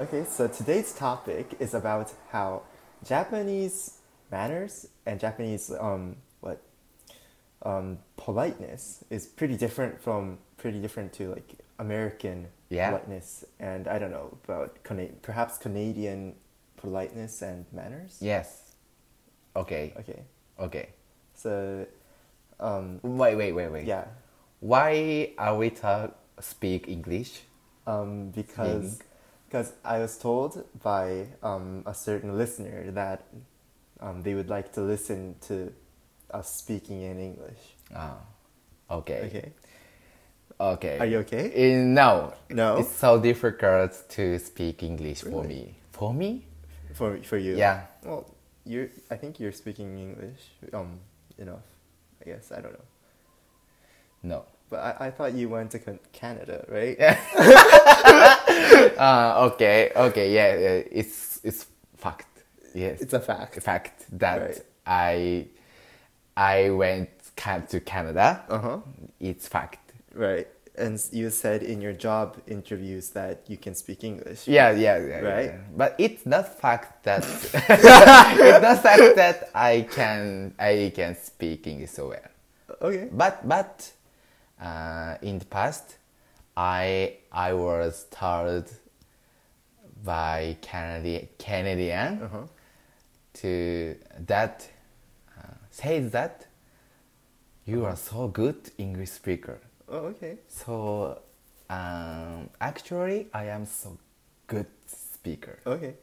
Okay, so today's topic is about how Japanese manners and Japanese um what um politeness is pretty different from pretty different to like American Yeah. politeness and I don't know about Cana- perhaps Canadian politeness and manners. Yes. Okay. Okay, Okay. so um Wait, wait, wait, wait. yeah, Why are we talk speak English? um, because Speak. because I was told by um, a certain listener that um, they would like to listen to us speaking in English. Ah. Okay. Okay, Okay. are you okay? Eh, no. No? It's so difficult to speak English for me. For me? For for you? Yeah. Well, you. I think you're speaking English um enough. I guess I don't know. No. But I, I thought you went to con- Canada, right? Uh, okay. Okay. Yeah. yeah, It's it's fact. Yes. It's a fact. fact that Right. I I went came to Canada. Uh huh. It's fact. Right. And s- you said in your job interviews that you can speak English. Yeah, yeah, yeah. Right? yeah. But it's not fact that it's not fact that I can I can speak English so well. Okay. But but uh, in the past, I I was told by Canadian Canadian Uh-huh. to that uh, says that you are so good English speaker. Oh, okay. So um, actually, I am so good speaker. Okay.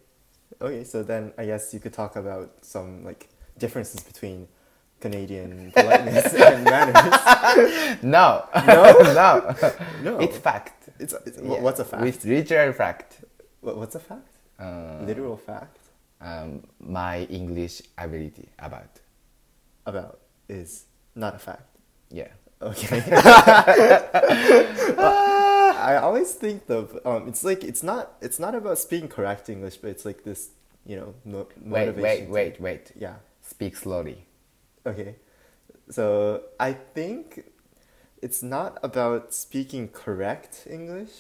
Okay, so then I guess you could talk about some like differences between Canadian politeness and manners. No, no, no, No. It's fact. It's, it's wh- Yeah. what's a fact? It's literal fact. Wha- what's a fact? Uh, Literal fact um, my English ability about. about is not a fact. Yeah. Okay. I always think of um, it's like it's not it's not about speaking correct English, but it's like this you know no, Wait, motivation. wait, to- wait, wait. Yeah. Speak slowly. Okay. So I think it's not about speaking correct English,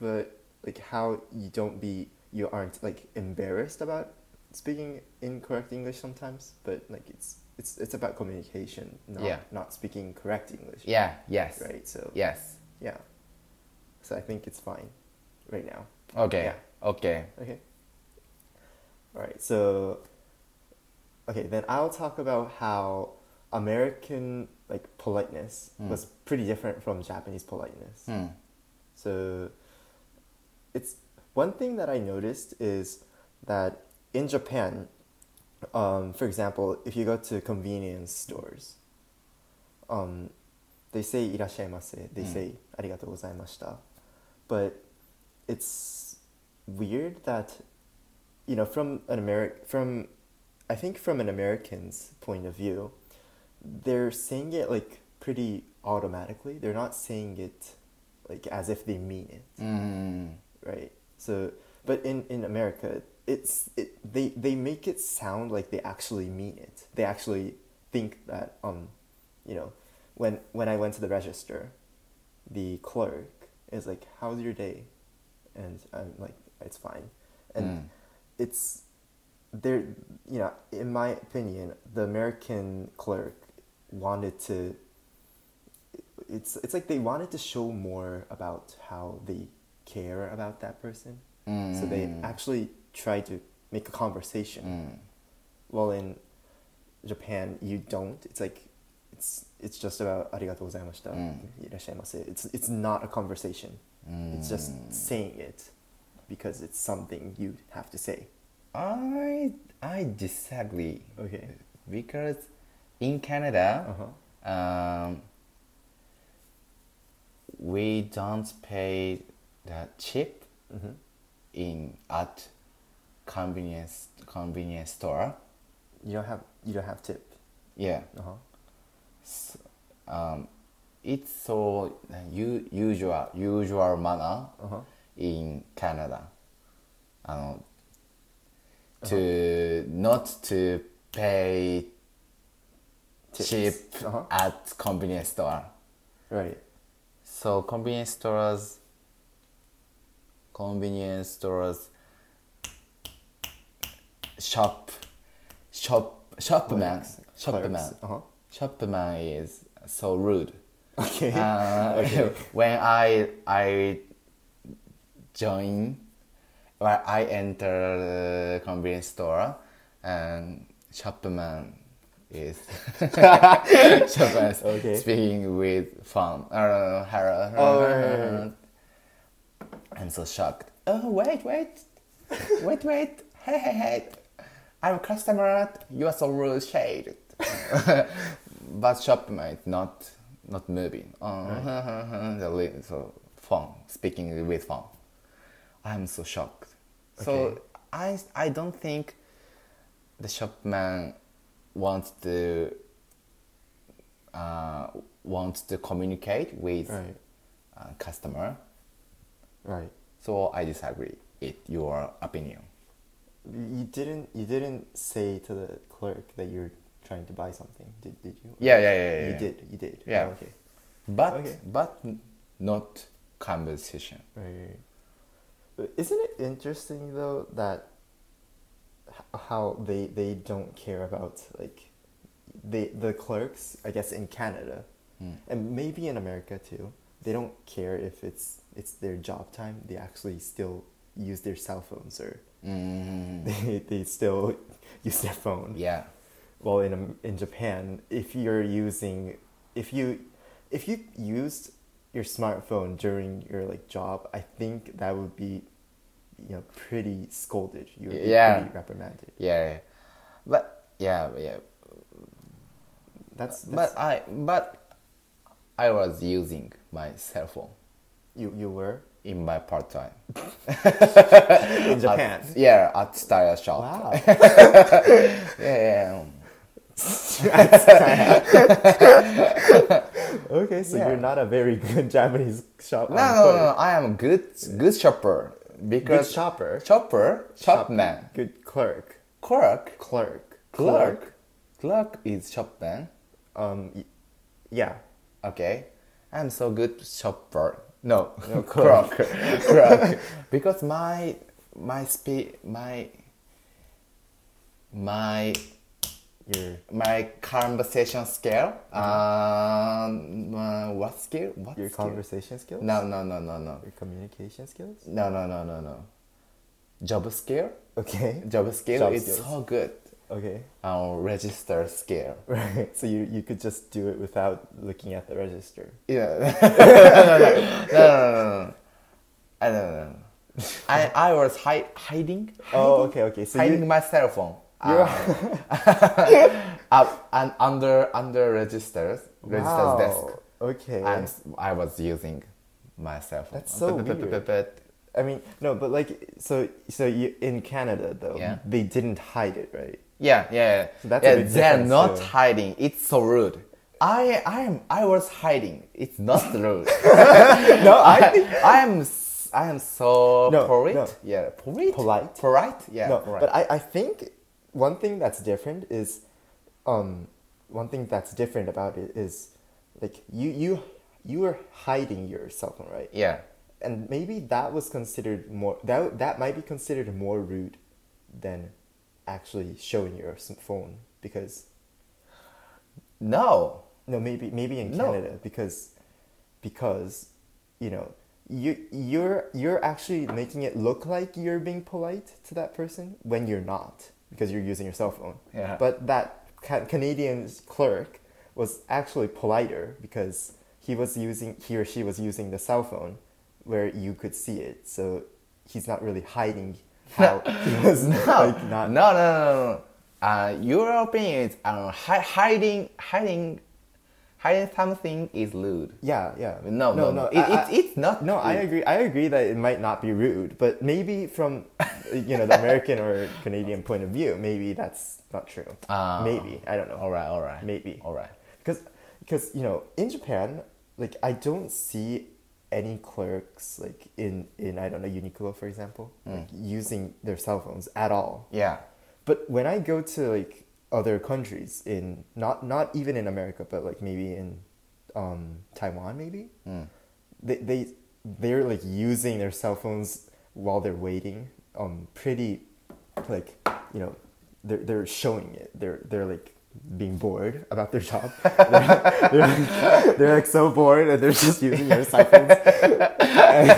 but like how you don't be you aren't like embarrassed about speaking incorrect English sometimes, but like it's it's it's about communication, not Yeah. not speaking correct English. Yeah. Yes. Right. So Yes. yeah. So I think it's fine right now. Okay. Yeah. Okay. Okay. All right. So, okay, then I'll talk about how American like politeness Hmm. was pretty different from Japanese politeness. Hmm. So, it's one thing that I noticed is that in Japan, um, for example, if you go to convenience stores, um, they say いらっしゃいませ, they Mm. say ありがとうございました. But it's weird that, you know, from an Ameri- from, I think from an American's point of view, they're saying it like pretty automatically. They're not saying it like as if they mean it Mm. right so but in in america it's it, they they make it sound like they actually mean it they actually think that um you know when when i went to the register the clerk is like how's your day and i'm like it's fine and Mm. it's there you know in my opinion the american clerk wanted to it's it's like they wanted to show more about how they care about that person so they Mm. actually try to make a conversation Mm. well in japan you don't it's like it's it's just about arigatou gozaimashita Mm. irashaimase it's it's not a conversation it's just Mm. saying it because it's something you have to say I I disagree okay because in Canada, uh-huh um, we don't pay the chip mm-hmm. in at convenience convenience store. you don't have you don't have tip Yeah, uh-huh S- um, it's so uh, u- usual usual manner uh-huh in Canada. Um, Uh-huh. to not to pay Tips. cheap Uh-huh. at convenience store. right So convenience stores, convenience stores shop, shop, shopman, Clerks. shopman, Clerks, uh-huh. shopman is so rude. Okay. Uh, when I I join, when I enter the convenience store, and shopman is shopman is Okay. speaking with fun. Uh, hello, Oh, right, right, right. I'm so shocked. Oh wait, wait, wait, wait. Hey, hey, hey. I'm a customer. You are so rude, shade. but shopman is not not moving. Uh, the li- so phone speaking with phone. I'm so shocked. So Okay. I I don't think the shopman wants to uh, wants to communicate with Right. uh, customer. right. So I disagree. It your opinion. You didn't. You didn't say to the clerk that you're trying to buy something. Did Did you? Yeah, yeah, yeah. yeah, You yeah. did. You did. Yeah. Oh, okay. But Okay. but not conversation. Right, Right. right. But Isn't it interesting though that h- how they they don't care about like they the clerks I guess in Canada Mm. and maybe in America too they don't care if it's it's their job time they actually still use their cell phones or Mm, they, they still use their phone yeah. well in Am- in Japan if you're using if you if you used your smartphone during your like job I think that would be you know pretty scolded you would be Yeah. pretty reprimanded yeah, yeah. but yeah, yeah. that's, that's But I, but I was using my cell phone you you were in my part time. in Japan Yeah, at style shop. wow Yeah, yeah. um, okay so Yeah. you're not a very good Japanese shop um, No, no, no, no, I am a good, good shopper because good shopper shopper, Shop- shopman, good clerk clerk, clerk clerk, clerk is shopman. um y- yeah Okay, I'm so good shopper. No, no clerk. clerk, clerk. because my my speed my my your my conversation skill. Um, uh, what skill? What Mm-hmm. your skill? conversation skills No, no, no, no, no, your communication skills no, no, no, no, no. Job skill. okay Job skill Job is skills. so good. Okay. Um, register skill. Right. So you, you could just do it without looking at the register. Yeah. no, no, no, no, no, no, no. I don't know. I I was hi- hiding. Oh, okay, okay. So hiding you, my cell phone. You're- Uh, up and under under registers registers wow. desk. Okay. I'm, s- I was using my cell phone. That's so But- but- weird. but- but- I mean, no, but like, so so you in Canada though, Yeah. they didn't hide it, right? yeah, yeah. yeah. So that's a yeah, big they're difference, not so- hiding. It's so rude. I I'm I was hiding. It's not rude. no, I think I am s- I am so No, polite. no. Yeah, polite. Polite. Polite. Yeah. no, polite. but I, I think one thing that's different is, um, one thing that's different about it is, like you you you were hiding your cell phone, right? yeah. and maybe that was considered more that that might be considered more rude than actually showing your s- phone because No. no maybe maybe in No. Canada because because you know you you're you're actually making it look like you're being polite to that person when you're not because you're using your cell phone Yeah. but that ca- Canadian clerk was actually politer because he was using he or she was using the cell phone where you could see it so he's not really hiding how he was like not no, no, no, no. Uh, your opinion is uh, hi- hiding, hiding, hiding something is rude. Yeah, yeah. No, no, no. It- I- I- it's- it's not No, I rude. agree. I agree that it might not be rude, but maybe from you know the American or Canadian point of view, maybe that's not true. Ah. maybe I don't know. All right, all right. Maybe. All right. Because because you know in Japan, like I don't see any clerks like in in I don't know Uniqlo for example, like using their cell phones at all. Yeah. But when I go to like other countries in not not even in America, but like maybe in um, Taiwan, maybe they they they're like using their cell phones while they're waiting. Um, pretty like you know they're they're showing it. They're they're like being bored about their job. they're, they're, like, they're like so bored and they're just using your siphons. and,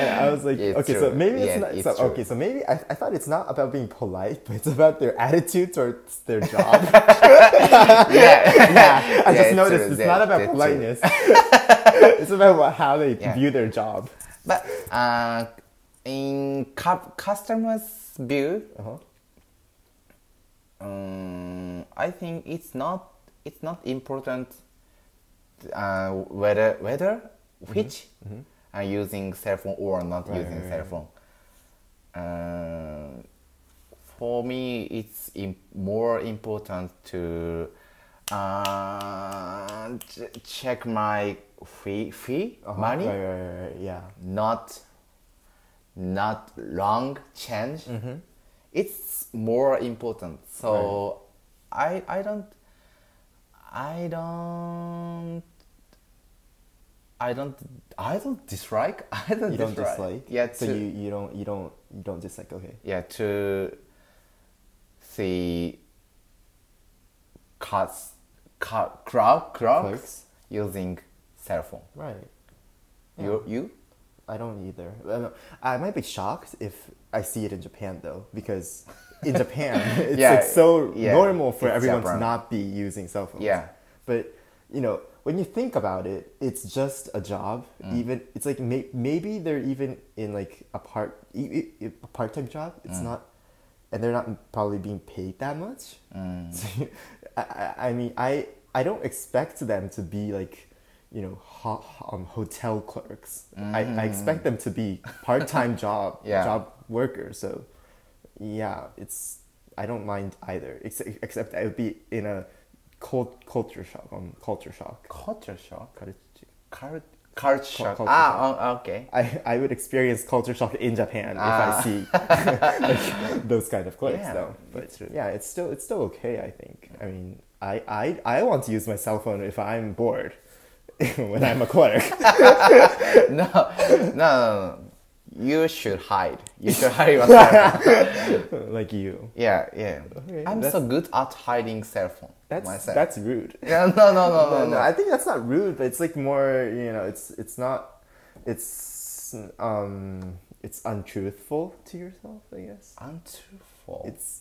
and I was like, It's okay, so true. maybe it's Yeah, not. it's so, true. okay, so maybe I, I thought it's not about being polite, but it's about their attitude towards their job. yeah. yeah, I Yeah, just it's noticed true. it's That- not about that's true. politeness. it's about what, how they Yeah. view their job. But uh, in cu- customers' view, Uh-huh. um, I think it's not it's not important uh, whether whether which are using cell phone or not Mm-hmm. Right, using right, cell phone. Uh, for me, it's im- more important to uh, ch- check my fee fee Uh-huh. money Right, right, right, right, Yeah. not not long change Mm-hmm. it's more important so i i don't i don't i don't i don't dislike i don't, You don't dislike. dislike. yeah So to- you, you don't you don't you don't dislike. Okay. yeah to see cuts cut crowd clerks Clerks. using cell phone Right. you you I don't either. I, don't- I might be shocked if I see it in Japan though, because in Japan it's Yeah, like so yeah, normal for it's everyone Japan. to not be using cell phones. Yeah. But you know, when you think about it, it's just a job. Mm. Even it's like may, maybe they're even in like a part e- e- a part time job. It's Mm. not, and they're not probably being paid that much. Mm. So, I- I, I mean, I I don't expect them to be like, you know, ho- um, hotel clerks. I, I expect them to be part time job Mm. Yeah. job workers. So, yeah, it's I don't mind either. Except except I would be in a cult, culture shock. Um, culture shock. culture shock Culture- Card, card shock. culture ah, oh, okay. I, I would experience culture shock in Japan Ah. if I see like, those kind of clicks Yeah, though. But it's true. yeah, it's still it's still okay. I think. I mean, I, I I want to use my cell phone if I'm bored when I'm a clerk. No, no, no, no. You should hide. You should hide yourself. like you. yeah, yeah. Okay, I'm so good at hiding cell phone. That's myself. that's rude. Yeah, no, no, no, no, no, no. no, I think that's not rude, but it's like more you know, it's it's not, it's um, it's untruthful to yourself, I guess. Untruthful. it's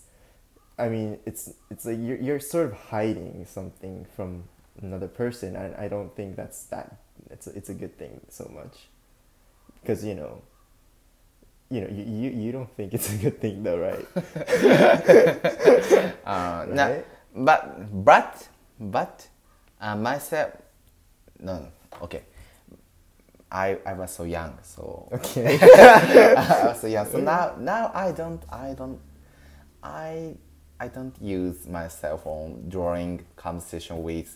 i mean it's it's like you're, you're sort of hiding something from another person and i don't think that's that it's a, it's a good thing so much because you know you know you, you you don't think it's a good thing though right uh, no, right? but but but uh, myself. No, no. Okay. I, I was so young, so okay I was so young. So now now I don't I don't I I don't use my cell phone during conversation with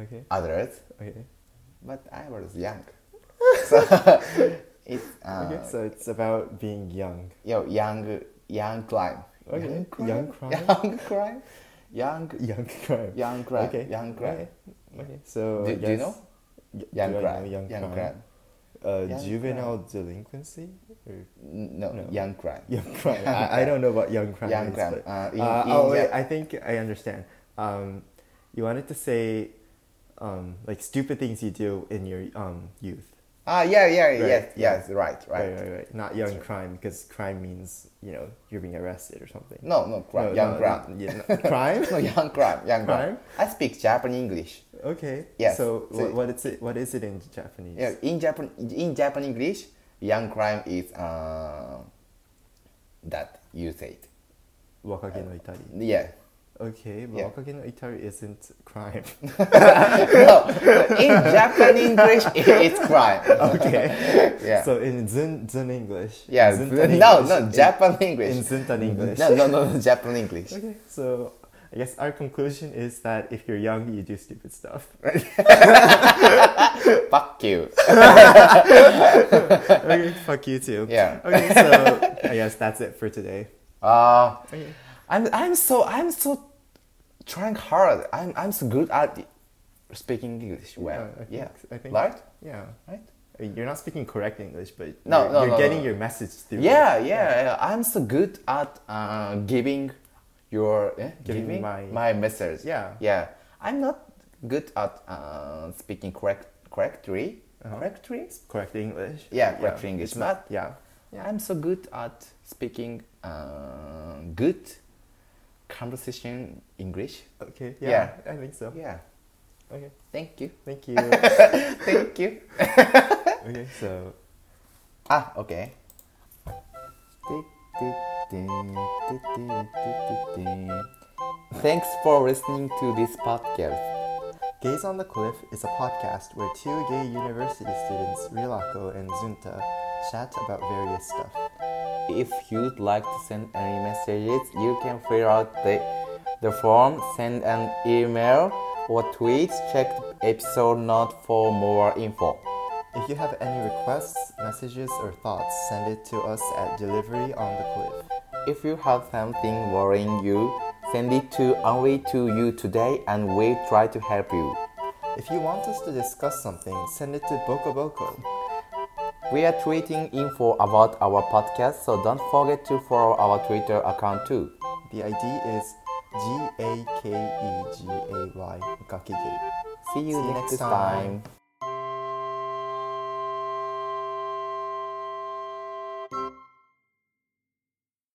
okay others, okay but I was young. so it's uh, okay so it's about being young yo young young crime. Okay, Young young crime. crime. Young crime. Young young crime young crime. okay Young okay, crime. okay. so Do- I do you guess- know? Y- do Young I know crime. young, Young crime, crime. Uh, Young juvenile delinquency or N- No, No. young crime. Young crime. I, I don't know about young crime. Young is, crime. but- Uh, in- Uh, in oh, wait, Jap- I think I understand. Um, you wanted to say, um, like stupid things you do in your um youth. Ah, yeah, yeah, Right, yes, yeah. yes, right, right. right, right. right. Not young crime because crime means you know you're being arrested or something. No, no, No, crime. no, young crime. no, yeah, no- crime. No, young crime. Young crime. Crime? I speak Japanese English. Okay. Yes. So, So- what, what is it? What is it in Japanese? Yeah, in Japan, in Japanese English, young crime is uh, that you said. Wakage no itari. Yeah. Okay, but Yeah. wakage no itari isn't crime. no, in Japanese English, it, it's crime. okay. Yeah. So in Zen Zen English. yeah. Zen No, no, in- Japanese English. in Zintan English. No, no, no, no Japanese English. Okay, so I guess our conclusion is that if you're young, you do stupid stuff. Fuck you. okay, fuck you too. Yeah. Okay, so I guess that's it for today. Uh, Okay. I'm, I'm so, I'm so trying hard. I'm, I'm so good at speaking English well. Yeah, Uh, I think- I Yeah. think- Right? Yeah. Right? I mean, you're not speaking correct English, but No, you're, no, you're no, getting no. your message through. Yeah, yeah, yeah. I'm so good at uh, giving your eh, Giving giving my- my message. Yeah. yeah. I'm not good at uh, speaking correct correctly. Uh-huh. Correctly. Correct English. Yeah, correct English, It's not, but- yeah, I'm so good at speaking uh, good conversation English. okay, yeah, Yeah. I think so. Yeah. Okay, Thank you. thank you. Thank you. okay, so Ah, okay. Thanks for listening to this podcast. Gays on the Cliff is a podcast where two gay university students, Rilako and Zunta, chat about various stuff. If you'd like to send any messages, you can fill out the, the form, send an email, or tweet. Check the episode note for more info. If you have any requests, messages, or thoughts, send it to us at delivery on the cliff. If you have something worrying you, send it to only to you today and we try to help you. If you want us to discuss something, send it to Boko Boko. We are tweeting info about our podcast, so don't forget to follow our Twitter account too. The ID is G A K E G A Y Gakigate. See you See you next, next time. time.